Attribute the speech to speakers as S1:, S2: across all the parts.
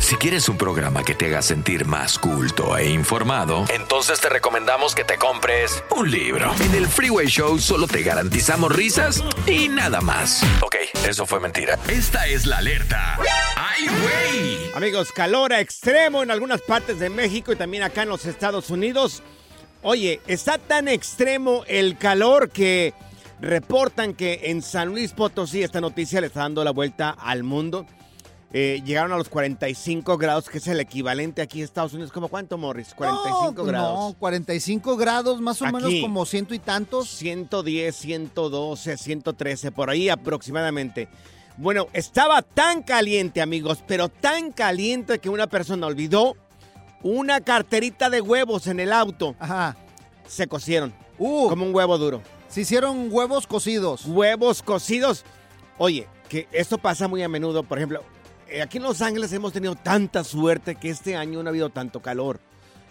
S1: Si quieres un programa que te haga sentir más culto e informado, entonces te recomendamos que te compres un libro. En el Freeway Show solo te garantizamos risas y nada más. Ok, eso fue mentira. Esta es la alerta. ¡Ay, güey!
S2: Amigos, calor a extremo en algunas partes de México y también acá en los Estados Unidos. Oye, está tan extremo el calor que reportan que en San Luis Potosí esta noticia le está dando la vuelta al mundo. Eh, llegaron a los 45 grados, que es el equivalente aquí en Estados Unidos. ¿Cómo cuánto, Morris? 45
S3: No,
S2: grados.
S3: No, 45 grados, más o
S2: Aquí.
S3: menos como ciento y tantos.
S2: 110, 112, 113, por ahí aproximadamente. Bueno, estaba tan caliente, amigos, pero tan caliente que una persona olvidó una carterita de huevos en el auto.
S3: Ajá.
S2: Se cocieron,
S3: Uh,
S2: como un huevo duro.
S3: se hicieron huevos cocidos.
S2: Huevos cocidos. Oye, que esto pasa muy a menudo. Por ejemplo, eh, aquí en Los Ángeles hemos tenido tanta suerte que este año no ha habido tanto calor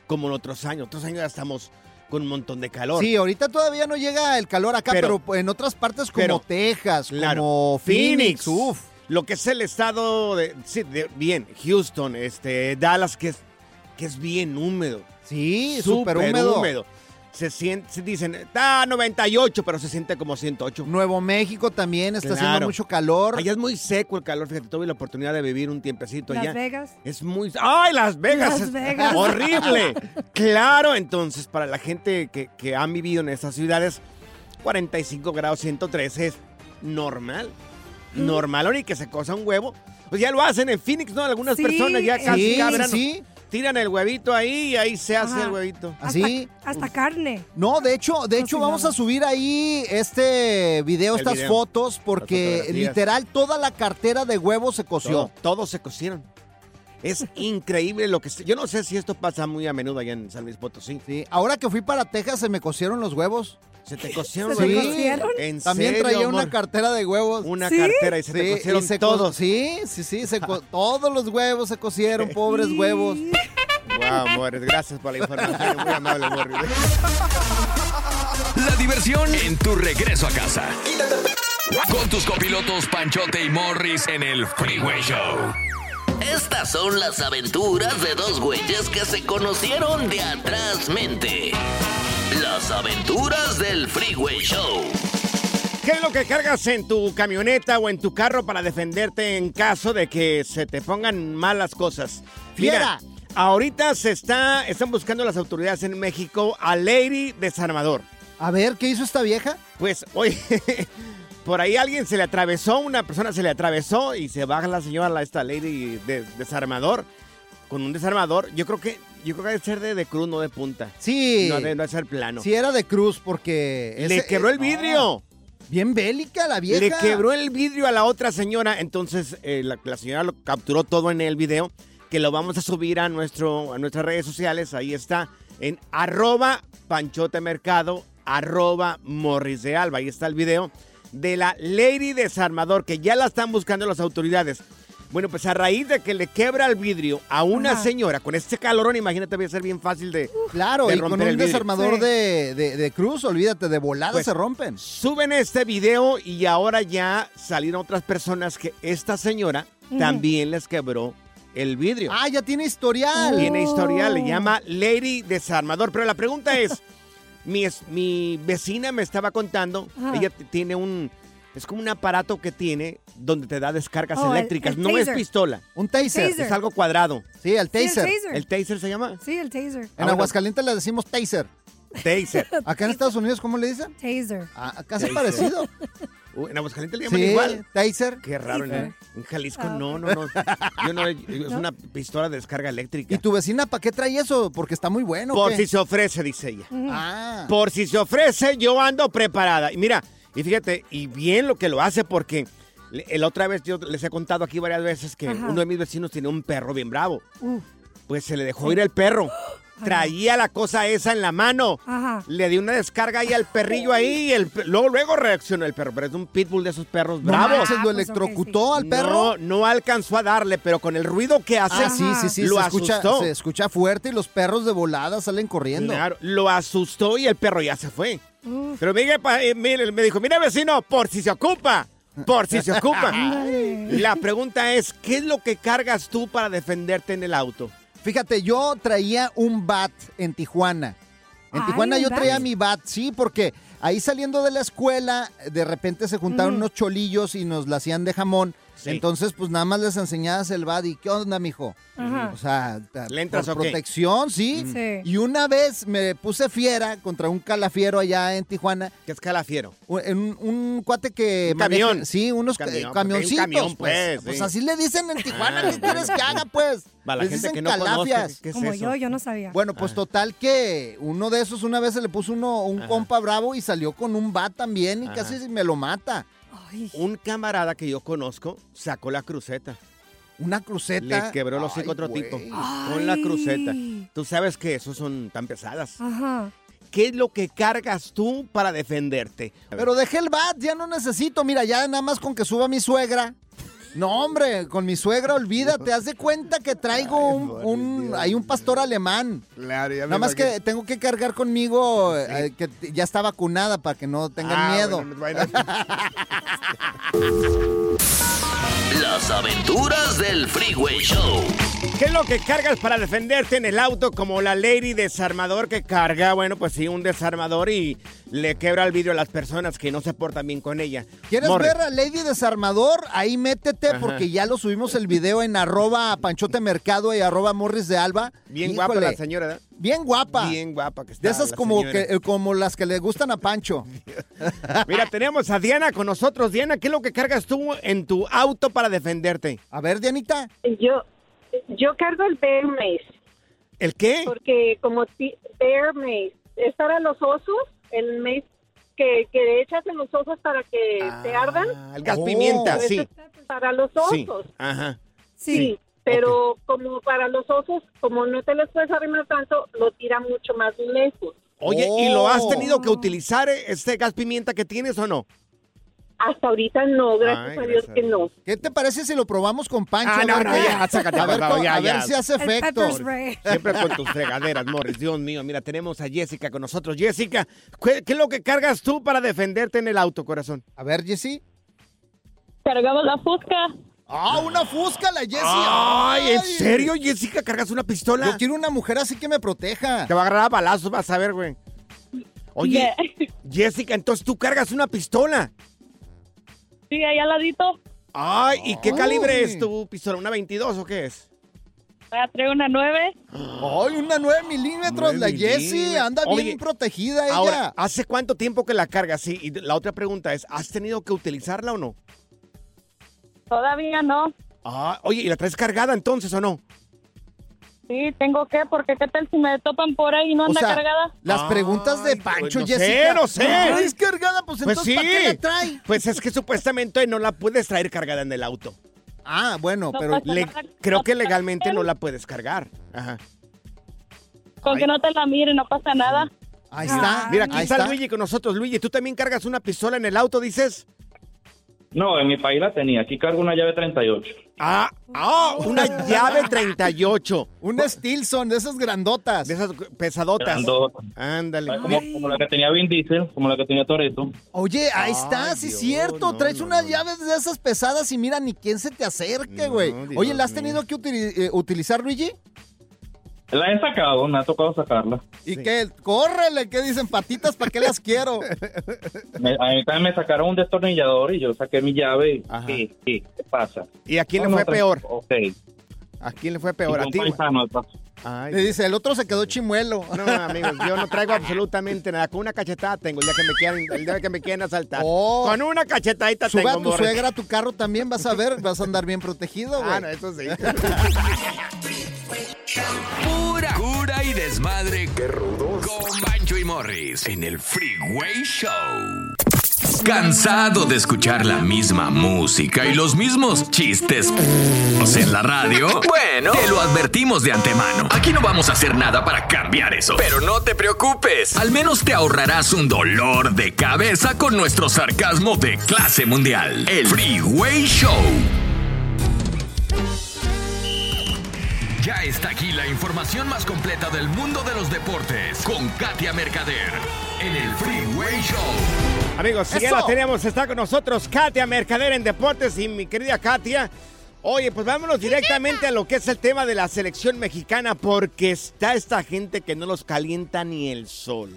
S2: como en otros años. Otros años ya estamos con un montón de calor.
S3: Sí, ahorita todavía no llega el calor acá,
S2: Pero-
S3: pero, en otras partes como
S2: pero-
S3: Texas,
S2: Claro.
S3: como Phoenix. Uf.
S2: Lo que es el estado de, sí, de- bien, Houston, este, Dallas, que es, que es bien húmedo.
S3: Sí,
S2: Súper
S3: súper húmedo.
S2: Se siente, se dicen, "Ah, está a 98, pero se siente como 108.
S3: Nuevo México también está
S2: Claro.
S3: haciendo mucho calor.
S2: Allá es muy seco el calor, fíjate, tuve la oportunidad de vivir un tiempecito allá.
S4: Las Vegas.
S2: Es muy... ¡Ay, Las Vegas!
S4: Las
S2: Es
S4: Vegas.
S2: ¡Horrible! claro, entonces, para la gente que, que han vivido en estas ciudades, 45 grados 113 es normal.
S4: Mm.
S2: Normal, ahora y que se cosa un huevo. Pues ya lo hacen en Phoenix, ¿no? Algunas
S4: Sí,
S2: personas ya casi
S3: sí,
S2: cada verano
S3: sí.
S2: tiran el huevito ahí y ahí se hace
S4: Ajá. Ah,
S2: el huevito.
S3: Así.
S4: Hasta, hasta carne.
S3: No, de hecho, de hecho
S4: Cocinado.
S3: vamos a subir ahí este video,
S2: El
S3: estas
S2: video.
S3: fotos,
S2: Las
S3: porque
S2: fotografías.
S3: literal toda la cartera de huevos se
S2: Todo-
S3: coció.
S2: todos se cocieron. Es increíble lo que... se- Yo no sé si esto pasa muy a menudo allá en San Luis Potosí.
S3: Sí, ahora que fui para Texas se me cocieron los huevos.
S2: ¿Se te cocieron?
S4: ¿Se te
S2: güey?
S4: cocieron?
S2: ¿En
S3: También
S2: serio,
S3: traía
S2: amor?
S3: una cartera de huevos.
S2: Una
S4: ¿Sí?
S2: cartera y se
S3: Sí,
S2: te
S3: y
S2: cocieron
S3: se co-
S2: todos.
S3: Sí, sí, sí, se co- todos los huevos se cocieron, pobres huevos.
S2: Wow, Morris, gracias por la información. Muy amable, Morris.
S1: La diversión en tu regreso a casa. Con tus copilotos Panchote y Morris en el Freeway Show.
S5: Estas son las aventuras de dos güeyes que se conocieron de atrás mente. Las aventuras del Freeway Show.
S2: ¿Qué es lo que cargas en tu camioneta o en tu carro para defenderte en caso de que se te pongan malas cosas? Mira,
S3: Fiera.
S2: ahorita se está, están buscando las autoridades en México a Lady Desarmador.
S3: A ver, ¿qué hizo esta vieja?
S2: Pues, oye, por ahí alguien se le atravesó, una persona se le atravesó y se baja la señora, la- esta Lady de- Desarmador, con un desarmador. Yo creo que, yo creo que debe ser de, de cruz, no de punta.
S3: Sí,
S2: No, de- no debe ser plano.
S3: sí era de cruz porque...
S2: le
S3: ese- eh,
S2: quebró el
S3: no,
S2: vidrio.
S3: bien bélica la vieja.
S2: Le quebró el vidrio a la otra señora. Entonces, eh, la, la señora lo capturó todo en el video, que lo vamos a subir a, nuestro, a nuestras redes sociales. Ahí está, en arroba panchotemercado, arroba morris de alba. Ahí está el video de la Lady Desarmador, que ya la están buscando las autoridades. Bueno, pues a raíz de que le quebra el vidrio a una
S4: Ajá.
S2: señora con este calorón, imagínate, va a ser bien fácil de...
S3: Claro,
S2: de
S3: y con
S2: romper el
S3: un
S2: vidrio.
S3: desarmador
S4: Sí.
S3: de, de- de cruz, olvídate, de volada
S2: Pues,
S3: se rompen.
S2: Suben este video y ahora ya salieron otras personas que esta señora
S4: Ujú.
S2: también les quebró el vidrio.
S3: Ah, ya tiene historial.
S2: Tiene historial, le
S4: Oh.
S2: llama Lady Desarmador. Pero la pregunta es, mi, es- mi vecina me estaba contando,
S4: Ajá.
S2: ella t- tiene un, es como un aparato que tiene donde te da descargas
S4: Oh, el-
S2: eléctricas.
S4: el
S2: no es
S4: taser.
S2: pistola,
S3: Un taser.
S4: Taser.
S2: es algo cuadrado.
S3: Sí, el taser.
S4: Sí, el taser.
S2: ¿El taser se llama?
S4: Sí, el taser.
S2: Ah,
S3: En
S2: bueno.
S3: Aguascalientes le decimos taser.
S2: Taser.
S3: Acá en Estados Unidos, ¿cómo le dicen?
S4: Taser.
S3: Ah, casi
S2: Taser.
S3: parecido.
S2: Uh, en Aguascalientes le llaman
S3: Sí,
S2: igual.
S3: taser.
S2: Qué raro, ¿no?
S4: Taser.
S2: En Jalisco
S4: Ah,
S2: no, no, no. Yo no, es una pistola de descarga eléctrica.
S3: ¿Y tu vecina para qué trae eso? Porque está muy bueno. ¿o
S2: Por
S3: qué?
S2: si se ofrece, dice ella.
S4: Mm.
S3: Ah.
S2: Por si se ofrece, yo ando preparada. Y mira, y fíjate, y bien lo que lo hace porque le- la otra vez yo les he contado aquí varias veces que
S4: Ajá.
S2: uno de mis vecinos tiene un perro bien bravo.
S4: Uh,
S2: Pues se le dejó ir el perro. Traía la cosa esa en la mano.
S4: Ajá.
S2: Le di una descarga ahí al perrillo ahí y el pe- luego, luego reaccionó el perro. Pero es un pitbull de esos perros
S3: Bravo.
S2: bravos.
S3: Se
S4: Ah,
S3: lo
S4: pues,
S3: electrocutó al perro.
S2: No, no alcanzó a darle, pero con el ruido que hace,
S3: Ah, sí, sí, sí.
S2: lo
S3: se, escucha,
S2: asustó.
S3: se escucha fuerte y los perros de volada salen corriendo.
S2: Claro, lo asustó y el perro ya se fue. Pero mire, pa- eh, mire, me dijo, mira vecino, por si se ocupa, por si se ocupa. La pregunta es, ¿qué es lo que cargas tú para defenderte en el auto?
S3: Fíjate, yo traía un bat en Tijuana. En
S4: Ay,
S3: Tijuana
S4: ¿un
S3: yo traía
S4: bat?
S3: mi bat, sí, porque ahí saliendo de la escuela, de repente se juntaron unos cholillos y nos la hacían de jamón.
S2: Sí.
S3: Entonces, pues nada más les enseñabas el bat y ¿qué onda, mijo?
S4: Ajá.
S3: O sea, ta-
S2: ¿Le entras
S3: por
S2: o qué?
S3: protección, sí.
S4: Sí.
S3: Y una vez me puse fiera contra un calafiero allá en Tijuana.
S2: ¿Qué es calafiero?
S3: Un, en un cuate que.
S2: Un
S3: maneja-
S2: camión.
S3: Sí, unos ca-
S2: Camión, porque hay un
S3: camioncitos.
S2: camión,
S3: pues.
S2: pues,
S3: Pues
S2: sí. Ah,
S3: así le dicen en Tijuana. ¿Qué quieres que haga, pues?
S2: Para la
S3: Les
S2: gente
S3: dicen
S2: que no
S3: calafias.
S2: conoce, ¿qué es
S4: como
S2: eso?
S4: yo, yo no sabía.
S3: Bueno, pues total que uno de esos una vez se le puso uno un compa bravo y salió con un bat también y
S2: Ajá.
S3: casi me lo mata.
S4: Ay,
S2: Un camarada que yo conozco sacó la cruceta.
S3: Una cruceta.
S2: Le quebró los hocico a
S3: Ay,
S2: otro
S3: güey.
S2: tipo. Con la
S4: Ay.
S2: cruceta. Tú sabes que esos son tan pesadas.
S4: Ajá.
S2: ¿Qué es lo que cargas tú para defenderte?
S3: Pero dejé el bat, ya no necesito. Mira, ya nada más con que suba mi suegra. No, hombre, con mi suegra, olvídate. Haz de cuenta que traigo un, un- hay un pastor alemán.
S6: Claro, ya me
S3: Nada más
S6: imagino.
S3: que tengo que cargar conmigo eh, que t- ya está vacunada para que no tengan
S6: Ah,
S3: miedo.
S6: bueno, bueno.
S5: Las aventuras del Freeway Show.
S2: ¿Qué es lo que cargas para defenderte en el auto como la lady desarmador que carga? Bueno, pues sí, un desarmador y le quebra el vidrio a las personas que no se portan bien con ella.
S3: ¿Quieres
S2: Morre.
S3: ver a Lady Desarmador? Ahí métete porque ya lo subimos el video en arroba Panchote Mercado y arroba Morris de Alba.
S2: Bien
S3: Híjole,
S2: guapa la señora, ¿verdad?
S3: Bien guapa.
S2: Bien guapa que está
S3: de esas
S2: la
S3: como,
S2: señora.
S3: que, eh, como las que le gustan a Pancho.
S2: Mira, tenemos a Diana con nosotros. Diana, ¿qué es lo que cargas tú en tu auto para defenderte?
S3: A ver, Dianita.
S7: Yo, yo cargo el bear mace,
S2: ¿El qué?
S7: porque como ti- bear mace es para los osos, el mace que, que le echas en los ojos para que se ardan,
S2: Ah, el gas
S3: Oh.
S2: pimienta,
S7: pues,
S2: sí.
S7: es para los
S2: Sí.
S7: osos.
S2: Ajá.
S4: Sí.
S7: Sí, pero como para los osos, como no te les puedes arrimar tanto, lo tira mucho más lejos.
S2: Oye, ¿y lo has
S3: Oh.
S2: tenido que utilizar eh, este gas pimienta que tienes o no?
S7: Hasta ahorita no,
S2: Ay,
S7: gracias a Dios
S2: gracias a
S7: que
S2: Dios.
S7: no.
S3: ¿Qué te parece si lo probamos con Pancho?
S2: Ah,
S3: A
S2: no,
S3: ver
S2: no,
S3: qué-
S2: ya, sácate,
S3: a ver,
S2: por favor,
S3: co-
S2: ya,
S3: a ver
S2: ya.
S3: si hace
S4: El
S3: efecto.
S4: pepper spray.
S2: Siempre con tus fregaderas, Morris. Dios mío, mira, tenemos a Jessica con nosotros. Jessica, ¿qué, qué es lo que cargas tú para defenderte en el auto, corazón?
S3: A ver, Jessy.
S7: Cargamos la fusca.
S3: ¡Ah, una fusca la Jessy!
S2: Ay, ¿en serio, Jessica? ¿Cargas una
S3: Yo
S2: pistola?
S3: quiero una mujer así que me proteja.
S2: Te va a agarrar a balazos, vas a ver, güey. Oye, Jessica, entonces tú cargas una pistola.
S7: Sí, ahí al ladito.
S2: Ay, ¿y qué
S3: Ay.
S2: calibre es tu pistola? ¿Una 22 o qué es?
S7: Traigo una nueve.
S3: ¡Ay, una 9 milímetros la
S2: Nueve
S3: Jessy!
S2: milímetros.
S3: Anda
S2: Oye,
S3: bien protegida ella.
S2: Ahora, ¿hace cuánto tiempo que la cargas? Sí, y la otra pregunta es, ¿has tenido que utilizarla o no?
S7: Todavía no.
S2: Ah, oye, ¿y la traes cargada entonces o no?
S7: Sí, tengo que, porque qué tal si me topan por ahí y no
S3: O
S7: anda
S3: sea,
S7: cargada.
S3: Las
S2: Ay,
S3: preguntas de
S2: pues,
S3: Pancho,
S2: no sé,
S3: Jessica.
S2: no sé.
S3: traes cargada, pues
S2: Pues
S3: entonces
S2: sí.
S3: ¿para qué la trae?
S2: Pues es que supuestamente no la puedes traer cargada en el auto.
S3: Ah, bueno,
S7: No
S3: pero
S7: pasa
S2: Le-
S7: nada.
S2: creo que legalmente no la puedes cargar. Ajá.
S7: Con que no te la mire, no pasa nada.
S3: ahí está.
S2: Ah, Mira, aquí
S3: ahí
S2: está, Luigi con nosotros. Luigi, ¿tú también cargas una pistola en el auto, dices?
S8: No, en mi país la tenía. Aquí cargo una llave 38.
S2: Ah, ah, una llave 38.
S3: Un Stilson de esas grandotas.
S2: De esas pesadotas.
S8: Grandota.
S2: Ándale.
S8: Como, como la que tenía Vin Diesel, como la que tenía Toreto.
S3: Oye, ahí está,
S2: Ay,
S3: sí es
S2: Dios,
S3: cierto.
S2: no,
S3: traes
S2: no,
S3: unas
S2: no.
S3: llaves de esas pesadas y mira ni quién se te acerque,
S2: No,
S3: güey.
S2: Dios
S3: Oye, ¿la has tenido
S2: mío.
S3: que utili- eh, utilizar, Luigi?
S8: La he sacado, me ha tocado sacarla.
S3: ¿Y qué? ¡Córrele! ¿Qué dicen? Patitas, ¿para qué las quiero?
S8: Me- a mí también me sacaron un destornillador y yo saqué mi llave. y-
S2: Ajá.
S8: Sí, sí, ¿qué pasa?
S2: ¿Y a quién
S8: No,
S2: le
S8: no,
S2: fue
S8: tranquilo,
S2: peor?
S8: Ok.
S2: ¿A quién le fue
S8: Y
S2: peor?
S8: fue
S2: ¿A
S8: un
S2: ti? güey?
S8: paisano, el pa-
S2: Ay,
S3: Le dice, el otro se quedó chimuelo.
S2: No, amigos, yo no traigo absolutamente nada. Con una cachetada tengo el día que me quieran, el día que me quieran asaltar.
S3: Oh.
S2: Con una cachetadita
S3: Sube
S2: tengo,
S3: a tu
S2: morre.
S3: suegra a tu carro también, vas a ver, vas a andar bien protegido, güey.
S2: Ah, no, eso sí.
S1: Pura cura y desmadre. Qué rudos. Con Bancho y Morris en el Freeway Show. ¿Cansado de escuchar la misma música y los mismos chistes en la radio? Bueno, te lo advertimos de antemano. Aquí no vamos a hacer nada para cambiar eso. Pero no te preocupes. Al menos te ahorrarás un dolor de cabeza con nuestro sarcasmo de clase mundial. El Freeway Show. Ya está aquí la información más completa del mundo de los deportes con Katia Mercader en el Freeway Show.
S2: Amigos, si ya
S3: Eso.
S2: la tenemos, está con nosotros Katia Mercader en Deportes y mi querida Katia. Oye, pues vámonos directamente a lo que es el tema de la selección mexicana, porque está esta gente que no los calienta ni el sol.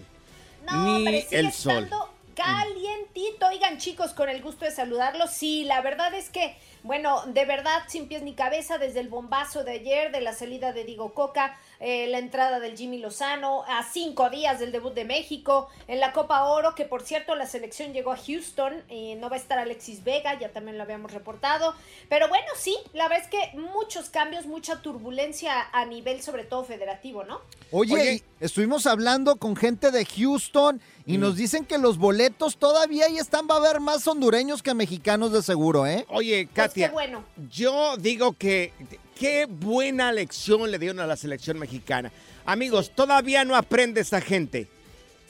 S4: No,
S2: ni
S4: hombre, sigue
S2: el sol.
S4: estando Calientito, oigan chicos, con el gusto de saludarlos. Sí, la verdad es que, bueno, de verdad, sin pies ni cabeza, desde el bombazo de ayer, de la salida de Diego Coca, eh, la entrada del Jimmy Lozano, a cinco días del debut de México, en la Copa Oro, que por cierto la selección llegó a Houston, eh, no va a estar Alexis Vega, ya también lo habíamos reportado. Pero bueno, sí, la verdad es que muchos cambios, mucha turbulencia a nivel sobre todo federativo, ¿no?
S3: Oye,
S2: Oye.
S3: y estuvimos hablando con gente de Houston
S2: Mm.
S3: y nos dicen que los boletos todavía ahí están. Va a haber más hondureños que mexicanos de seguro, ¿eh?
S2: Oye,
S4: Pues qué
S2: Katia,
S4: bueno.
S2: yo digo que qué buena lección le dieron a la selección mexicana. Amigos, todavía no aprende esta gente.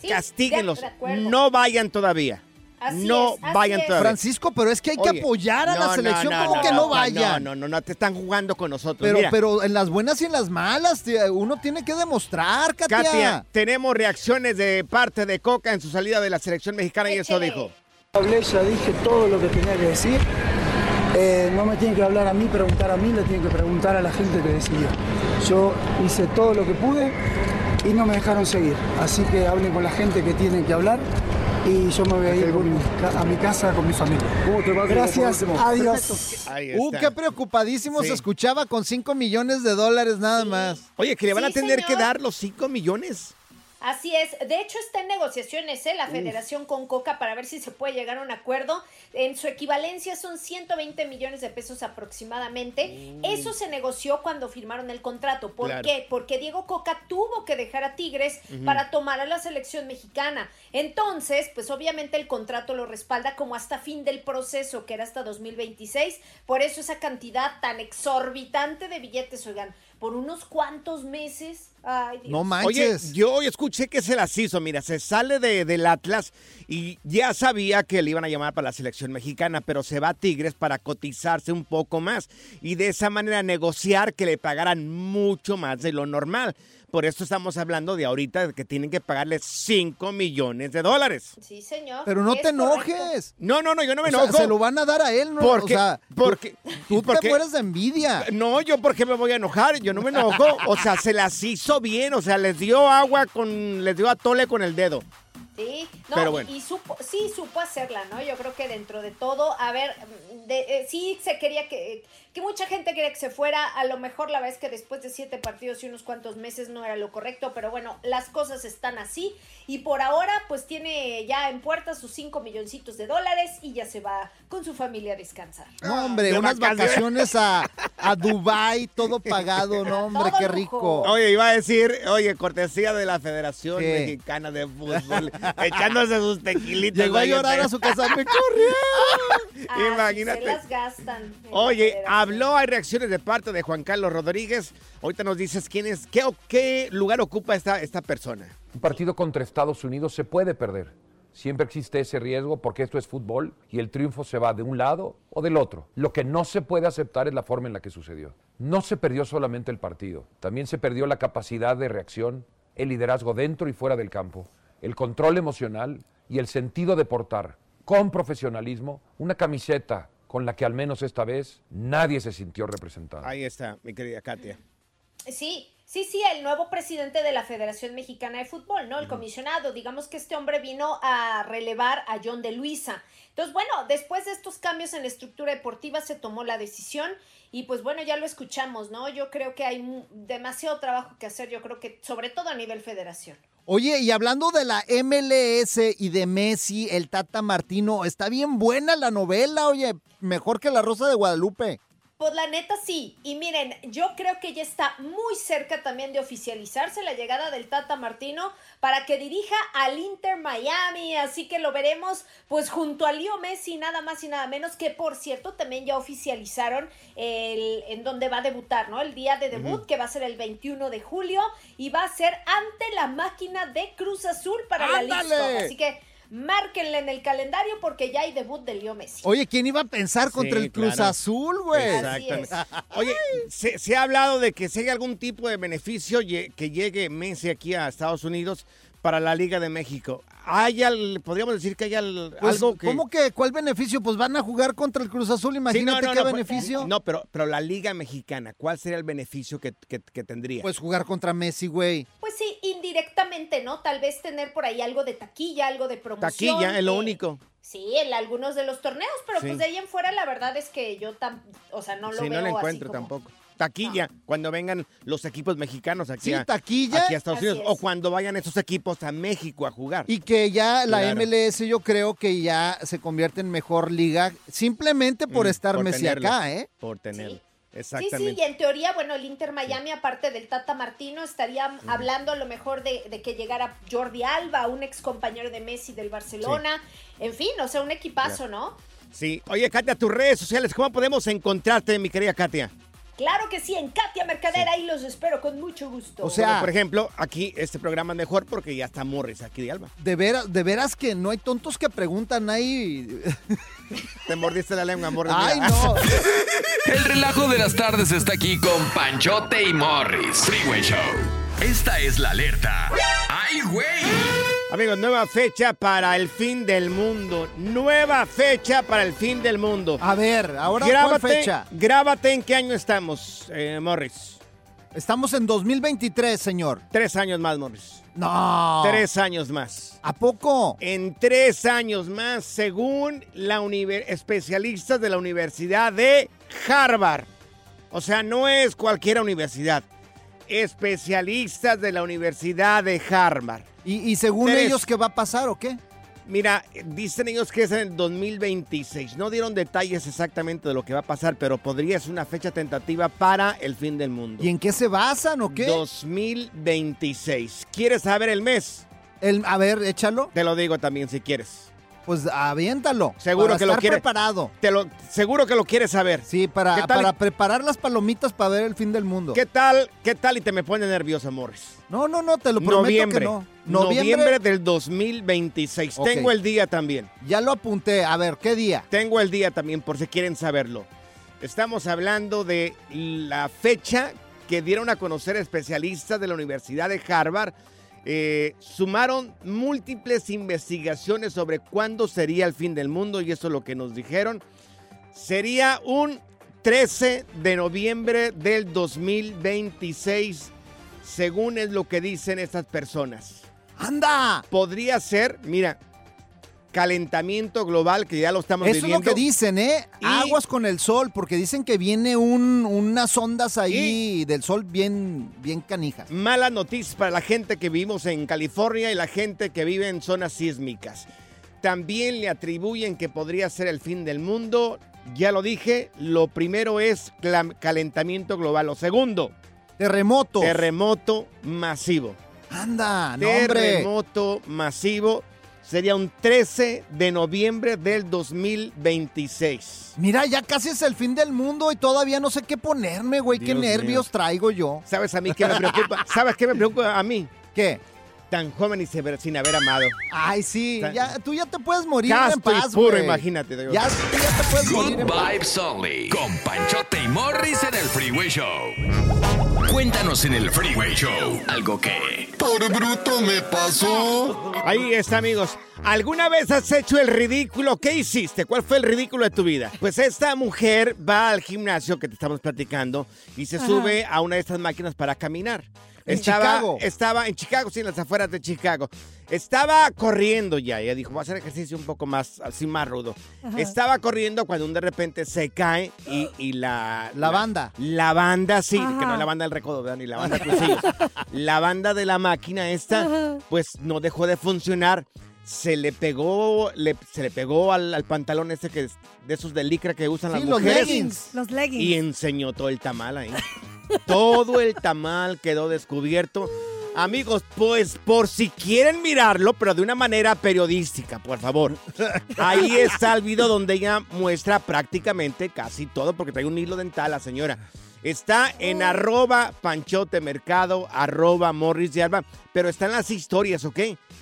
S4: Sí,
S2: Castíguenlos.
S4: de- de acuerdo.
S2: no vayan todavía.
S4: Así
S2: no
S4: es, así
S2: vayan
S4: es.
S2: todavía.
S3: Francisco, pero es que hay que
S2: Oye,
S3: apoyar a
S2: no,
S3: la
S2: no,
S3: selección, como que no, vaya.
S2: No, no, no, te están jugando con nosotros.
S3: Pero,
S2: Mira,
S3: pero en las buenas y en las malas, tía, uno tiene que demostrar, Katia.
S2: Katia, tenemos reacciones de parte de Coca en su salida de la selección mexicana y eso
S4: Échale.
S2: dijo.
S9: Hablé, ya dije todo lo que tenía que decir. Eh, no me tienen que hablar a mí, preguntar a mí, le tienen que preguntar a la gente que decidió. Yo hice todo lo que pude y no me dejaron seguir. Así que hablen con la gente que tienen que hablar y yo me voy a ir con mi ca- a mi casa con mi familia. Gracias, adiós.
S2: Ahí
S3: Uh,
S2: está.
S3: qué preocupadísimo
S2: Sí.
S3: se escuchaba con 5 millones de dólares nada más.
S2: Oye, que le van a
S4: Sí,
S2: tener que
S4: señor.
S2: dar los 5 millones.
S4: Así es, de hecho está en negociaciones ¿eh? la federación con Coca para ver si se puede llegar a un acuerdo. En su equivalencia son 120 millones de pesos aproximadamente. Eso se negoció cuando firmaron el contrato. ¿Por
S2: Mm. Claro.
S4: qué? Porque Diego Coca tuvo que dejar a Tigres para tomar a la selección mexicana. Entonces, pues obviamente el contrato lo respalda como hasta fin del proceso, que era hasta 2026. Por eso esa cantidad tan exorbitante de billetes, oigan, por unos cuantos meses. Ay, Dios.
S3: No
S2: Oye,
S3: manches.
S2: yo hoy escuché que se las hizo. Mira, se sale de- del Atlas y ya sabía que le iban a llamar para la selección mexicana, pero se va a Tigres para cotizarse un poco más y de esa manera negociar que le pagaran mucho más de lo normal. Por esto estamos hablando de ahorita de que tienen que pagarle 5 millones de dólares.
S4: Sí, señor.
S3: pero no
S4: Es
S3: te
S4: correcto.
S3: enojes.
S2: No, no, no, yo no me
S3: O sea,
S2: enojo.
S3: se lo van a dar a él, ¿no?
S2: Porque-
S3: o sea,
S2: porque-
S3: tú
S2: porque-
S3: te mueres de envidia.
S2: No, yo por qué me voy a enojar, yo no me enojo. O sea, se las hizo bien, o sea, les dio agua con, les dio atole con el dedo.
S4: Sí, no,
S2: Pero
S4: y-
S2: bueno.
S4: y supo, sí supo hacerla, ¿no? Yo creo que dentro de todo, a ver, mm, de- eh, sí se quería que, que mucha gente quería que se fuera, a lo mejor la verdad es que después de siete partidos y unos cuantos meses no era lo correcto, pero bueno, las cosas están así y por ahora pues tiene ya en puerta sus cinco milloncitos de dólares y ya se va con su familia a descansar.
S3: No, hombre,
S2: Ah, de
S3: unas
S2: vacaciones.
S3: vacaciones a, a Dubai, todo pagado, no, hombre,
S4: Todo
S3: qué
S4: lujo.
S3: rico.
S2: Oye, iba a decir, oye, cortesía de la Federación
S3: ¿Qué?
S2: Mexicana de Fútbol, echándose sus tequilitas.
S3: Llegó a
S2: oye,
S3: llorar
S2: te-
S3: a su casa, me corrió.
S4: Así
S2: Imagínate.
S4: Ah, Se las gastan. en la
S2: Oye,
S4: federación.
S2: habló, hay reacciones de parte de Juan Carlos Rodríguez. Ahorita nos dices quién es, qué, o- qué lugar ocupa esta, esta persona.
S9: Un partido contra Estados Unidos se puede perder. Siempre existe ese riesgo porque esto es fútbol y el triunfo se va de un lado o del otro. Lo que no se puede aceptar es la forma en la que sucedió. No se perdió solamente el partido, también se perdió la capacidad de reacción, el liderazgo dentro y fuera del campo, el control emocional y el sentido de portar con profesionalismo una camiseta con la que al
S3: Ah.
S9: menos esta vez nadie se sintió representado.
S2: Ahí está, mi querida Katia.
S4: Sí, Sí, sí, el nuevo presidente de la Federación Mexicana de Fútbol, ¿no? El comisionado. Digamos que este hombre vino a relevar a John de Luisa. Entonces, bueno, después de estos cambios en la estructura deportiva se tomó la decisión y pues bueno, ya lo escuchamos, ¿no? Yo creo que hay mu- demasiado trabajo que hacer, yo creo que sobre todo a nivel federación.
S3: Oye, y hablando de la MLS y de Messi, el Tata Martino, está bien buena la novela, oye, mejor que La Rosa de Guadalupe.
S4: Pues la neta sí. Y miren, yo creo que ya está muy cerca también de oficializarse la llegada del Tata Martino para que dirija al Inter Miami. Así que lo veremos pues junto a Leo Messi, nada más y nada menos, que por cierto también ya oficializaron el, en donde va a debutar, ¿no? El día de debut,
S10: Ujú.
S4: que va a ser el 21 de julio y va a ser ante la máquina de Cruz Azul para la Leagues
S3: ¡Ándale!
S4: Cup. Así que márquenle en el calendario porque ya hay debut de Leo Messi.
S3: Oye, ¿quién iba a pensar contra
S2: Sí,
S3: el Cruz
S2: claro.
S3: Azul, güey?
S2: Exactamente. Oye, se, se ha hablado de que si hay algún tipo de beneficio lle- que llegue Messi aquí a Estados Unidos para la Liga de México. Hay al- podríamos decir que hay al-
S3: Pues,
S2: algo que...
S3: ¿Cómo que cuál beneficio? Pues van a jugar contra el Cruz Azul,
S2: Sí, no,
S3: imagínate
S2: no,
S3: qué
S2: no, pues,
S3: beneficio.
S2: No, pero, pero la Liga Mexicana, ¿cuál sería el beneficio que, que- que tendría?
S3: Pues jugar contra Messi, güey.
S4: Pues sí, indirectamente, ¿no? Tal vez tener por ahí algo de taquilla, algo de promoción.
S2: Taquilla, es lo
S4: eh,
S2: único.
S4: Sí, en algunos de los torneos, pero
S2: Sí.
S4: pues de ahí en fuera la verdad es que yo tam, o sea, no lo
S2: sí,
S4: veo
S2: no la encuentro
S4: así como-
S2: tampoco. Taquilla, cuando vengan los equipos mexicanos aquí,
S3: Sí,
S2: a,
S3: taquilla.
S2: aquí a Estados
S3: Así
S2: Unidos.
S3: es.
S2: O cuando vayan esos equipos a México a jugar.
S3: Y que ya la
S2: Claro.
S3: MLS yo creo que ya se convierte en mejor liga simplemente por
S2: Mm,
S3: estar Messi
S2: tenerlo,
S3: acá, ¿eh?
S2: Por tenerlo.
S4: Sí,
S2: Exactamente.
S4: sí, y en teoría, bueno, el Inter Miami, aparte del Tata Martino, estaría hablando a lo mejor de, de que llegara Jordi Alba, un ex compañero de Messi del Barcelona, en fin, o sea, un equipazo, ¿no?
S2: Sí. Oye, Katia, tus redes sociales, ¿cómo podemos encontrarte, mi querida Katia?
S4: Claro que sí, en Katia Mercadera, ahí los espero con mucho gusto.
S2: O sea, por ejemplo, aquí este programa es mejor porque ya está Morris aquí de Alba.
S3: De veras, de veras que no hay tontos que preguntan ahí.
S2: Te mordiste la lengua, Morris.
S3: Ay,
S2: mira.
S3: no.
S1: El relajo de las tardes está aquí con Panchote y Morris. Freeway Show. Esta es la alerta. ¡Ay, güey!
S2: Amigos, nueva fecha para el fin del mundo. Nueva fecha para el fin del mundo.
S3: A ver, ahora
S2: Grábate-
S3: ¿cuál fecha?
S2: Grábate en qué año estamos, eh, Morris.
S3: Estamos en 2023, señor.
S2: Tres años más, Morris.
S3: No.
S2: Tres años más.
S3: ¿A poco?
S2: En tres años más, según la univer- especialistas de la Universidad de Harvard. O sea, no es cualquier universidad. Especialistas de la Universidad de Harvard.
S3: ¿Y, y según
S2: Tres.
S3: ellos qué va a pasar o qué?
S2: Mira, dicen ellos que es en el 2026. No dieron detalles exactamente de lo que va a pasar, pero podría ser una fecha tentativa para el fin del mundo.
S3: ¿Y en qué se basan o qué?
S2: 2026. ¿Quieres saber el mes?
S3: El, a ver, échalo.
S2: Te lo digo también si quieres.
S3: Pues aviéntalo.
S2: Seguro
S3: para
S2: que lo
S3: estar
S2: quiere.
S3: preparado.
S2: Te lo, seguro que lo quieres saber.
S3: Sí,
S2: ¿Qué
S3: para,
S2: tal?
S3: para preparar las palomitas para ver el fin del mundo.
S2: ¿Qué tal? ¿Qué tal? Y te me pone nervioso, Morris.
S3: No, no, no, te lo prometo
S2: Noviembre.
S3: que no.
S2: Noviembre. del 2026.
S3: Ok.
S2: Tengo el día también.
S3: Ya lo apunté. A ver, ¿qué día?
S2: Tengo el día también por si quieren saberlo. Estamos hablando de la fecha que dieron a conocer especialistas de la Universidad de Harvard. Eh, sumaron múltiples investigaciones sobre cuándo sería el fin del mundo y eso es lo que nos dijeron. Sería un 13 de noviembre del 2026, según es lo que dicen estas personas.
S3: ¡Anda!
S2: Podría ser, mira, calentamiento global, que ya lo estamos
S3: Eso es
S2: viviendo.
S3: lo que dicen, ¿eh?
S2: Y-
S3: Aguas con el sol, porque dicen que viene un- unas ondas ahí del sol bien, bien canijas.
S2: Malas noticias para la gente que vivimos en California y la gente que vive en zonas sísmicas. También le atribuyen que podría ser el fin del mundo. Ya lo dije, lo primero es clam- calentamiento global. Lo segundo,
S3: Terremotos.
S2: terremoto masivo.
S3: Anda, Ah, no, hombre.
S2: Terremoto masivo sería un 13 de noviembre del 2026.
S3: Mira, ya casi es el fin del mundo y todavía no sé qué ponerme, güey. Qué
S2: Dios mío.
S3: nervios traigo yo.
S2: ¿Sabes a mí qué me preocupa? ¿Sabes qué me preocupa a mí?
S3: ¿Qué?
S2: Tan joven y se- sin haber amado.
S3: Ay, sí,
S2: Sa-
S3: ya, tú ya te puedes morir
S2: Ya
S3: en
S2: estoy
S3: paz,
S2: puro,
S3: güey.
S2: imagínate, Dios.
S3: Ya, tú ya te puedes morir
S1: Good
S3: en paz.
S1: vibes only. Con Panchote y Morris en el Freeway Show. Cuéntanos en el Freeway Show algo que...
S2: Por bruto me pasó. Ahí está, amigos. ¿Alguna vez has hecho el ridículo? ¿Qué hiciste? ¿Cuál fue el ridículo de tu vida? Pues esta mujer va al gimnasio que te estamos platicando y se
S3: Ajá.
S2: sube a una de estas máquinas para caminar.
S3: En
S2: estaba,
S3: Chicago.
S2: Estaba en Chicago, sí, en las afueras de Chicago. Estaba corriendo ya. Ella dijo, voy a hacer ejercicio un poco más, así más rudo.
S3: Ajá.
S2: Estaba corriendo cuando un de repente se cae y, y la...
S3: La banda.
S2: La banda, sí,
S3: Ajá.
S2: que no es la banda del recodo, ¿verdad? Ni la banda pues Crucillos. la banda de la máquina esta, pues no dejó de funcionar. Se le pegó, le- se le pegó al, al pantalón ese que es de esos de licra que usan
S10: Sí,
S2: las
S10: los
S2: mujeres.
S10: leggings. Los leggings.
S2: Y enseñó todo el tamal ahí. todo el tamal quedó descubierto. Amigos, pues por si quieren mirarlo, pero de una manera periodística, por favor. Ahí está el video donde ella muestra prácticamente casi todo, porque trae un hilo dental la señora. Está en
S3: Oh.
S2: arroba panchote mercado, arroba morris de alba, pero está en las historias, ¿ok?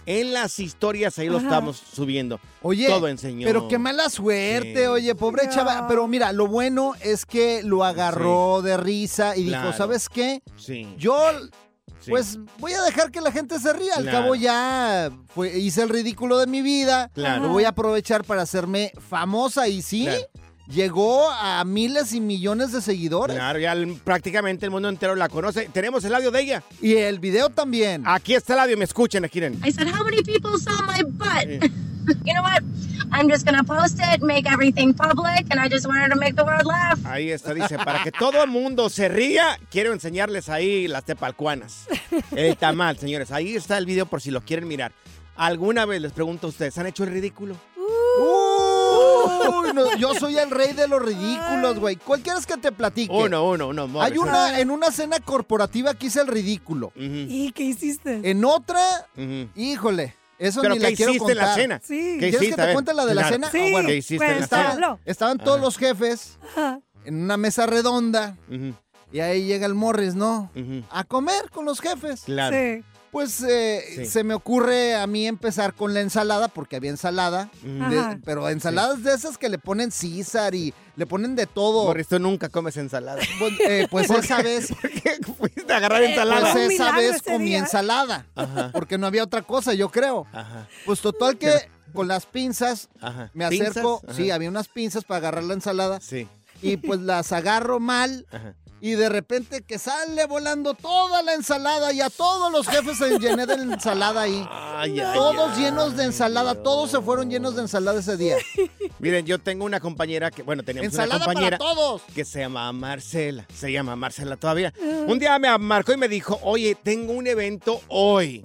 S2: En las historias ahí lo
S3: Ajá.
S2: estamos subiendo.
S3: Oye,
S2: todo enseñó.
S3: pero qué mala suerte,
S2: Sí.
S3: oye, pobre
S2: Ya.
S3: chava. Pero mira, lo bueno es que lo agarró de risa y
S2: Claro.
S3: dijo, ¿sabes qué?
S2: Sí.
S3: Yo,
S2: Sí.
S3: pues, voy a dejar que la gente se ría. Al
S2: Claro.
S3: cabo ya fue- hice el ridículo de mi vida.
S2: Claro.
S3: Lo voy a aprovechar para hacerme famosa. Y sí,
S2: Claro.
S3: llegó a miles y millones de seguidores.
S2: Claro, ya el- prácticamente el mundo entero la conoce. Tenemos el audio de ella.
S3: Y el video también.
S2: Aquí está el audio, me escuchen, aquí. miren.
S11: I said, How many people saw my butt? you know what? I'm just going to post it, make everything public, and I just wanted to make the world laugh.
S2: Ahí está, dice, para que todo el mundo se ría, quiero enseñarles ahí las tepalcuanas. El tamal, señores. Ahí está el video por si lo quieren mirar. ¿Alguna vez les pregunto a ustedes, han hecho el ridículo?
S3: Uy, no, yo soy el rey de los ridículos, güey. ¿Cuál quieres que te platique?
S2: Uno, uno, uno. Morris,
S3: Hay una en una cena corporativa que hice el ridículo.
S10: ¿Y qué hiciste?
S2: Eh,
S3: En otra,
S2: Ujú.
S3: híjole, eso
S2: Mm. ¿Pero
S3: ni
S2: qué
S3: la quiero
S2: hiciste en la
S3: contar.
S2: cena? Sí. ¿Qué
S3: ¿Quieres
S2: hiciste?
S3: que
S2: A
S3: te
S2: ver.
S3: cuente la de la
S2: Claro.
S3: cena?
S2: Sí,
S3: Ah, bueno.
S2: ¿qué hiciste en la
S3: Estaban-
S2: cena? Ah.
S3: Estaban todos los jefes en una mesa redonda y ahí llega el Morris, ¿no? A comer con los jefes.
S2: Claro. Sí.
S3: Pues eh,
S2: Sí.
S3: se me ocurre a mí empezar con la ensalada, porque había ensalada,
S2: Ujú.
S3: de-
S2: Ajá.
S3: pero ensaladas de esas que le ponen César y le ponen de todo.
S2: Morris, tú nunca comes ensalada.
S3: Pues, eh, pues
S2: ¿Por
S3: esa
S2: qué?
S3: vez.
S2: De agarrar ensalada.
S3: Pues esa
S2: Milagro
S3: vez
S2: ese
S3: comí
S2: día.
S3: ensalada.
S2: Ajá.
S3: Porque no había otra cosa, yo creo.
S2: Ajá.
S3: Pues total que con las pinzas
S2: Ajá.
S3: me acerco.
S2: ¿Pinzas? Ajá.
S3: Sí, había unas pinzas para agarrar la ensalada.
S2: Sí.
S3: Y pues las agarro mal.
S2: Ajá.
S3: Y de repente que sale volando toda la ensalada y a todos los jefes se llené de ensalada ahí.
S2: Ay, ay,
S3: todos
S2: ay.
S3: llenos de ensalada, todos se fueron llenos de ensalada ese día.
S2: Miren, yo tengo una compañera que, bueno, teníamos
S3: Ensalada
S2: una
S3: para
S2: compañera
S3: todos.
S2: que se llamaba Marcela. Se llama Marcela todavía.
S3: Ah.
S2: Un día me marcó y me dijo, oye, tengo un evento hoy.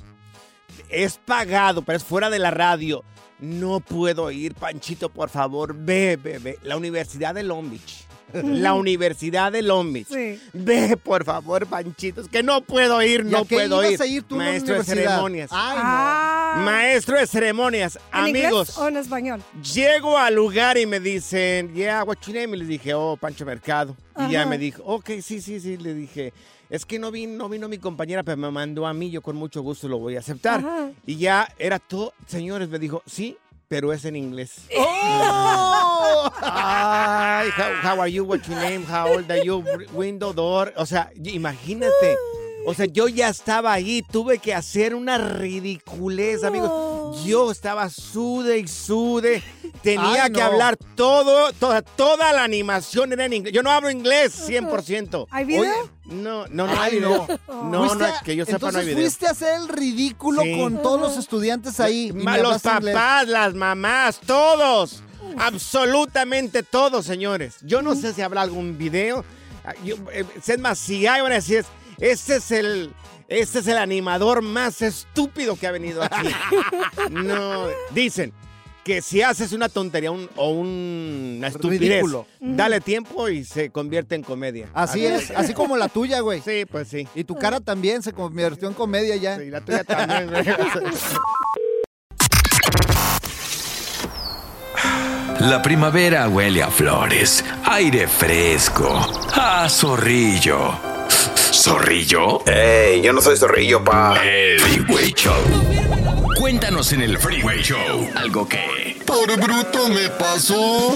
S2: Es pagado, pero es fuera de la radio. No puedo ir, Panchito, por favor, ve, ve, ve. La Universidad de Long Beach. La Universidad de Long Beach.
S10: Sí.
S2: Ve, por favor, Panchito. Es que no puedo ir,
S3: ¿Y a
S2: no
S3: qué
S2: puedo
S3: ibas
S2: ir.
S3: a ir tú a una
S2: Maestro de
S3: universidad? Ah,
S2: ceremonias.
S3: Ay, no.
S12: Ah.
S2: Maestro de ceremonias.
S10: Ah. ¿En
S2: Amigos.
S10: inglés o en español?
S2: Llego al lugar y me dicen, yeah, what's your name? Y les dije, oh, Pancho Mercado. Y ya
S10: Ajá.
S2: me dijo, ok, sí, sí, sí. Le dije, es que no vino, no vino mi compañera, pero me mandó a mí, yo con mucho gusto lo voy a aceptar.
S10: Ajá.
S2: Y ya era todo, señores, me dijo, sí, pero es en inglés.
S10: ¡Oh!
S2: Ay, how, how are you? What's your name? How old are you? Window door. O sea, y- imagínate. O sea, yo ya estaba ahí, tuve que hacer una ridiculez, amigos. Yo estaba sude y sude. Tenía
S3: Ay,
S2: que
S3: no.
S2: hablar todo, toda, toda la animación era en inglés. Yo no hablo inglés 100%.
S3: ¿Hay video?
S2: Oye, no, no, no hay
S3: Ay,
S2: video.
S3: no.
S2: No, no,
S3: Fuiste a-
S2: que yo sepa no hay
S3: entonces
S2: video.
S3: fuiste a hacer el ridículo
S2: Sí.
S3: con todos los estudiantes ahí. y
S2: Ma-
S3: me
S2: los
S3: hablas
S2: papás,
S3: inglés.
S2: las mamás, todos. Absolutamente todos, señores. Yo no sé si habrá algún video. Ah, yo, eh, es más, si hay, van a decir, este es el... Este es el animador más estúpido que ha venido aquí. No, dicen que si haces una tontería un- o un- una estupidez,
S3: Ridículo. Ah,
S2: dale tiempo y se convierte en comedia.
S3: Así es, así como la tuya, güey.
S2: Sí, pues sí.
S3: Y tu cara también se convirtió en comedia ya. Sí,
S2: la tuya también, güey.
S1: La primavera huele a flores, aire fresco, a zorrillo. ¿Zorrillo? ¡Ey! Yo no soy zorrillo, pa. El Freeway Show. Cuéntanos en el Freeway Show algo que...
S13: Por bruto me pasó.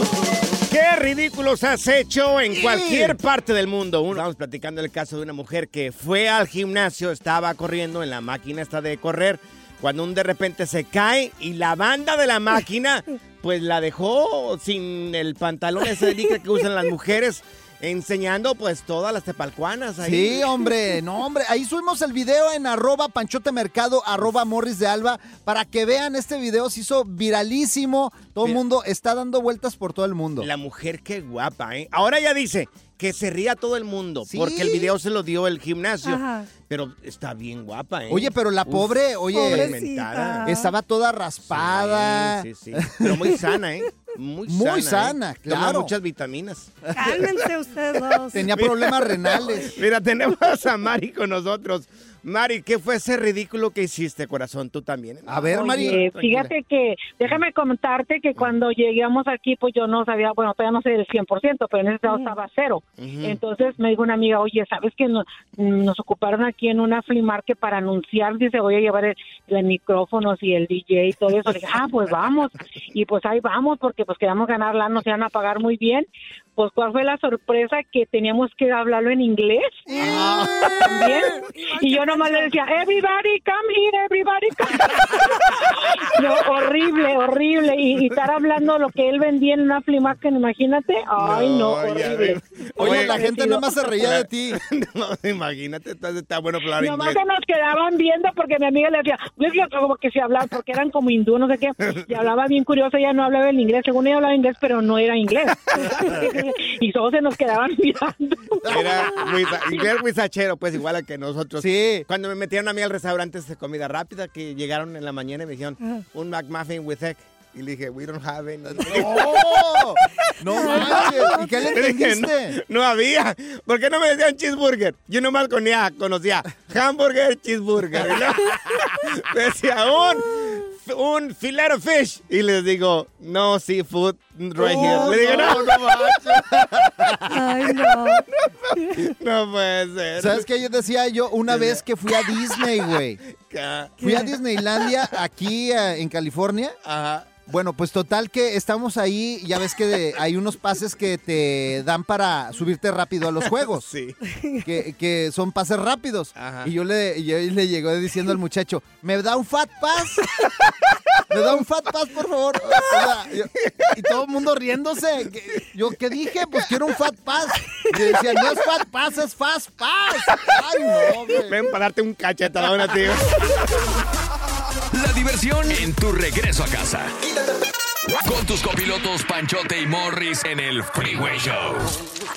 S2: ¿Qué ridículos has hecho en cualquier parte del mundo? Uno, Estamos platicando el caso de una mujer que fue al gimnasio, estaba corriendo en la máquina esta de correr, cuando un de repente se cae y la banda de la máquina, pues la dejó sin el pantalón ese de licra que usan las mujeres, enseñando pues todas las tepalcuanas ahí.
S3: Sí, hombre, no, hombre. Ahí subimos el video en arroba panchotemercado, arroba morris de alba, para que vean este video. Se hizo viralísimo. Todo el
S2: Mira.
S3: mundo está dando vueltas por todo el mundo.
S2: La mujer qué guapa, ¿eh? Ahora ya dice que se ría todo el mundo
S3: Sí.
S2: porque el video se lo dio el gimnasio.
S3: Ajá.
S2: Pero está bien guapa, ¿eh?
S3: Oye, pero la
S2: Uf,
S3: pobre, oye,
S2: experimentada.
S3: estaba toda raspada.
S2: Sí, sí, Pero muy sana, ¿eh? Muy,
S3: Muy sana,
S2: ¿eh? Toma
S3: claro.
S2: muchas vitaminas.
S10: Cálmense ustedes dos.
S3: Tenía problemas renales.
S2: Mira, tenemos a Mari con nosotros. Mari, ¿qué fue ese ridículo que hiciste, corazón? Tú también. ¿eh?
S3: A ver,
S7: Oye,
S3: Mari.
S7: Fíjate que, déjame contarte que cuando llegamos aquí, pues yo no sabía, bueno, todavía no sé del 100%, pero en ese estado estaba cero.
S13: Ujú.
S7: Entonces me dijo una amiga, oye, ¿sabes que no- mm, nos ocuparon aquí en una flea market para anunciar? Dice, voy a llevar el, los micrófonos y el DJ y todo eso. Le dije, ah, pues vamos. Y pues ahí vamos, porque pues queríamos ganar la, nos iban a pagar muy bien. Pues cuál fue la sorpresa que teníamos que hablarlo en inglés.
S3: Ah,
S2: Ah.
S7: También. Y yo nomás le decía, everybody come here, everybody come here. No, horrible, horrible. Y, y estar hablando lo que él vendía en una flea market, imagínate. Ay, no, horrible. pues,
S3: Oye, la gente nomás se reía de ti.
S2: imagínate, entonces está bueno hablar
S7: Nomás
S2: inglés.
S7: se nos quedaban viendo porque mi amiga le decía, "Luis", yo como que se hablaba, porque eran como hindú, no sé qué, y hablaba bien curioso, ella no hablaba el inglés, según ella hablaba inglés, pero no era inglés. y todos se nos quedaban mirando.
S2: Era guisa- inglés guisachero, pues igual a que nosotros. Sí. Cuando me metieron a mí al restaurante de comida rápida, que llegaron en la mañana y me dijeron, un McMuffin with egg. Y le dije, we don't have any.
S3: ¡No! ¡No manches! ¿Y qué le
S2: Le dije, "No,
S3: entendiste?
S2: no, había. ¿Por qué no me decían cheeseburger? Yo nomás conía- conocía hamburger, cheeseburger. ¿no? me decía un, un filero fish. Y les digo, no seafood right here. Le digo, no.
S3: Oh, no
S10: Ay, no.
S2: No puede ser.
S3: ¿Sabes qué? Yo decía yo una vez que fui a Disney, güey.
S2: Ah,
S3: Fui a Disneylandia aquí eh, en California. Bueno, pues total que estamos ahí, ya ves que de- hay unos pases que te dan para subirte rápido a los juegos.
S2: Sí.
S3: Que, que son pases rápidos. Y yo le, yo le llegó diciendo al muchacho, ¿me da un fat pass? ¿Me da un fat pass, por favor? O sea, yo- y todo el mundo riéndose. ¿Qué- ¿Yo qué dije? Pues quiero un fat pass. Y decía, no es fat pass, es fast pass. Ay, no, güey.
S2: Ven para darte un cachetadón a ti.
S1: La diversión en tu regreso a casa. Con tus copilotos Panchote y Morris en el Freeway Show.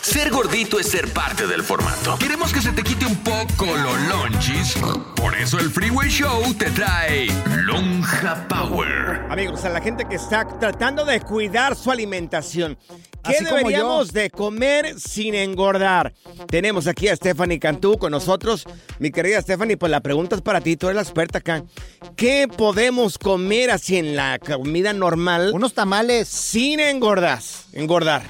S1: Ser gordito es ser parte del formato. Queremos que se te quite un poco los lonchis. Por eso el Freeway Show te trae Lonja Power.
S2: Amigos, a la gente que está tratando de cuidar su alimentación, ¿qué
S3: Así como
S2: deberíamos de comer sin engordar? Tenemos aquí a Stephanie Cantú con nosotros. Mi querida Stephanie, pues la pregunta es para ti, tú eres la experta acá. ¿Qué podemos comer así en la comida normal?
S3: Unos tamales.
S2: Sin engordar. Engordar.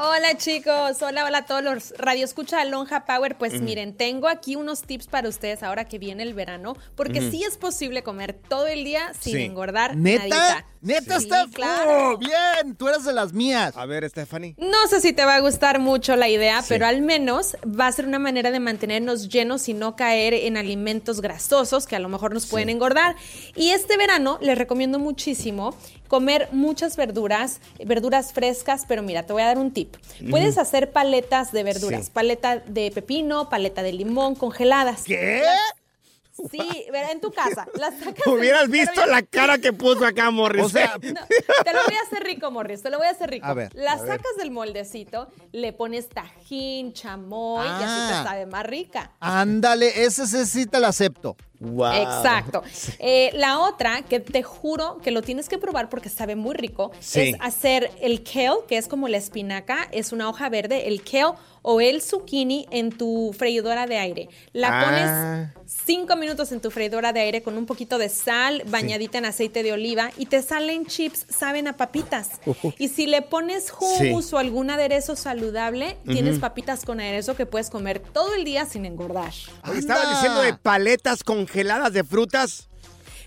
S12: Hola chicos, hola, hola a todos los Radio Escucha Lonja Power. Pues
S2: Ujú.
S12: miren, tengo aquí unos tips para ustedes ahora que viene el verano, porque
S3: Ujú.
S12: sí es posible comer todo el día sin
S3: Sí.
S12: engordar.
S3: ¿Neta?
S12: nadita.
S3: ¿Neta,
S12: Sí,
S3: Steph?
S12: claro.
S3: Oh, bien, tú eres de las mías.
S2: A ver, Stephanie.
S12: No sé si te va a gustar mucho la idea,
S3: Sí.
S12: pero al menos va a ser una manera de mantenernos llenos y no caer en alimentos grasosos que a lo mejor nos pueden engordar. Y este verano les recomiendo muchísimo comer muchas verduras, verduras frescas, pero mira, te voy a dar un tip. Puedes
S14: Mm.
S12: hacer paletas de verduras,
S14: Sí.
S12: paleta de pepino, paleta de limón congeladas.
S2: ¿Qué?
S12: Sí, verá, en tu casa. Las sacas del
S2: Hubieras
S12: súper,
S2: visto la cara que puso acá, Morris.
S12: O sea, te lo voy a hacer rico, Morris, te lo voy a hacer rico.
S2: A ver,
S12: la
S2: a ver.
S12: sacas del moldecito, le pones tajín, chamoy y así
S3: Ah.
S12: te sabe más rica.
S3: Ándale, ese, ese sí te lo acepto.
S12: Exacto. Eh, la otra, que te juro que lo tienes que probar porque sabe muy rico,
S3: Sí.
S12: es hacer el kale, que es como la espinaca, es una hoja verde, el kale o el zucchini en tu freidora de aire. La
S2: Ah.
S12: pones cinco minutos en tu freidora de aire con un poquito de sal, bañadita en aceite de oliva y te salen chips, saben a papitas. Y si le pones hummus o algún aderezo saludable, tienes
S2: Ujú.
S12: papitas con aderezo que puedes comer todo el día sin engordar.
S2: Oye, Estaba diciendo de paletas congeladas de frutas.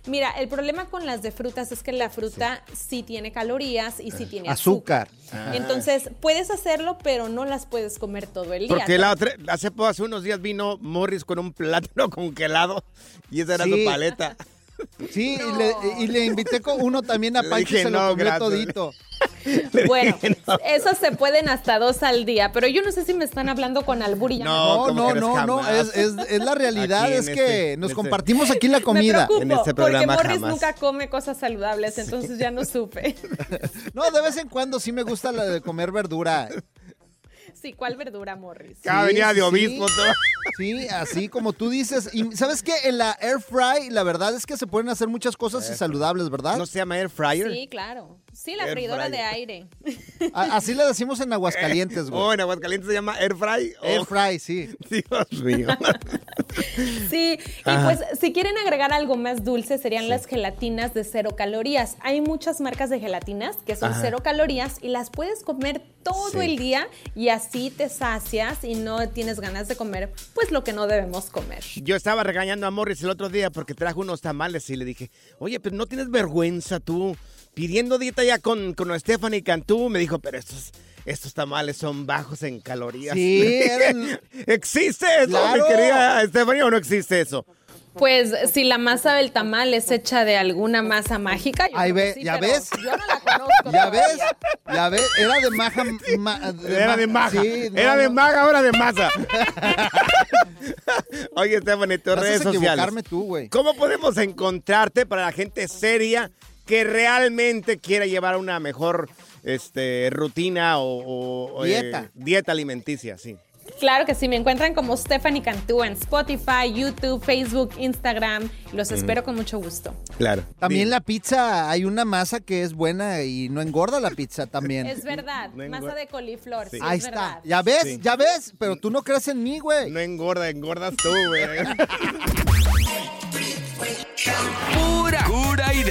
S7: Mira, el problema con las de frutas es que la fruta sí, tiene calorías y
S2: Ah.
S7: sí tiene azúcar.
S2: Azúcar.
S7: Entonces, puedes hacerlo, pero no las puedes comer todo el día.
S2: Porque la otra, hace, po- hace unos días vino Morris con un plátano congelado y esa era
S3: Sí.
S2: su paleta.
S3: Sí, y, le, y le invité con uno también a
S2: Le
S3: Pancho y
S2: dije,
S3: se lo
S2: "No,
S3: comió
S2: gracias".
S3: todito.
S7: Bueno, esas se pueden hasta dos al día, pero yo no sé si me están hablando con albur y ya me-
S3: No, no, no, no, es, es, es la realidad,
S2: Aquí en
S3: es
S2: este-
S3: que
S2: en
S3: nos
S2: este-
S3: compartimos aquí la comida.
S7: Me preocupo, porque Morris nunca come cosas saludables, entonces ya no supe.
S3: No, de vez en cuando sí me gusta la de comer verdura.
S7: Sí, ¿cuál verdura, Morris?
S3: Sí, sí. Sí, así como tú dices. Y sabes que en la air fry, la verdad es que se pueden hacer muchas cosas y saludables, ¿verdad? No
S2: se llama air fryer.
S7: ¿Ah? Sí, claro. Sí, la
S3: Air
S7: freidora de
S3: fryer.
S7: aire.
S3: así le decimos en Aguascalientes, güey.
S2: Oh, en Aguascalientes se llama air fry.
S3: Air
S2: Oh,
S3: fry, sí.
S2: Dios mío.
S7: Sí, y
S2: Ajá.
S7: pues si quieren agregar algo más dulce serían las gelatinas de cero calorías. Hay muchas marcas de gelatinas que son
S15: Ajá.
S7: cero calorías y las puedes comer todo
S15: Sí.
S7: el día y así te sacias y no tienes ganas de comer pues lo que no debemos comer.
S2: Yo estaba regañando a Morris el otro día porque trajo unos tamales y le dije, oye, pero no tienes vergüenza tú pidiendo dieta ya con, con Stephanie Cantú. Me dijo, pero estos, estos tamales son bajos en calorías.
S3: Sí, eran-
S2: ¿Existe eso,
S3: Claro.
S2: mi querida Stephanie, o no existe eso?
S7: Pues si la masa del tamal es hecha de alguna masa mágica, yo
S3: Ahí
S7: creo
S3: ve,
S7: que sí,
S3: ¿ya
S7: pero
S3: ves?
S7: Yo no la conozco.
S3: ¿Ya ves? ¿Ya ves? Era de maja. ma-
S2: Era de maja.
S3: Sí, no,
S2: Era de
S3: no.
S2: maga, ahora de masa. Oye, Stephanie, tus
S3: Vas a
S2: redes
S3: equivocarme
S2: sociales.
S3: tú, güey.
S2: ¿Cómo podemos encontrarte para la gente seria que realmente quiera llevar una mejor este, rutina o, o- o, eh,
S7: Dieta.
S2: dieta alimenticia? Sí.
S7: Claro que sí, me encuentran como Stephanie Cantú en Spotify, YouTube, Facebook, Instagram. Los
S3: Mm.
S7: espero con mucho gusto.
S2: Claro.
S3: También la pizza, hay una masa que es buena y no engorda la pizza también.
S7: Es verdad, masa de coliflor. sí,
S3: Ahí
S7: es
S3: está.
S7: verdad.
S3: Ya ves,
S2: Sí.
S3: ya ves, pero tú no crees en mí, güey.
S2: No engorda, engordas tú, güey.
S1: Pura cura y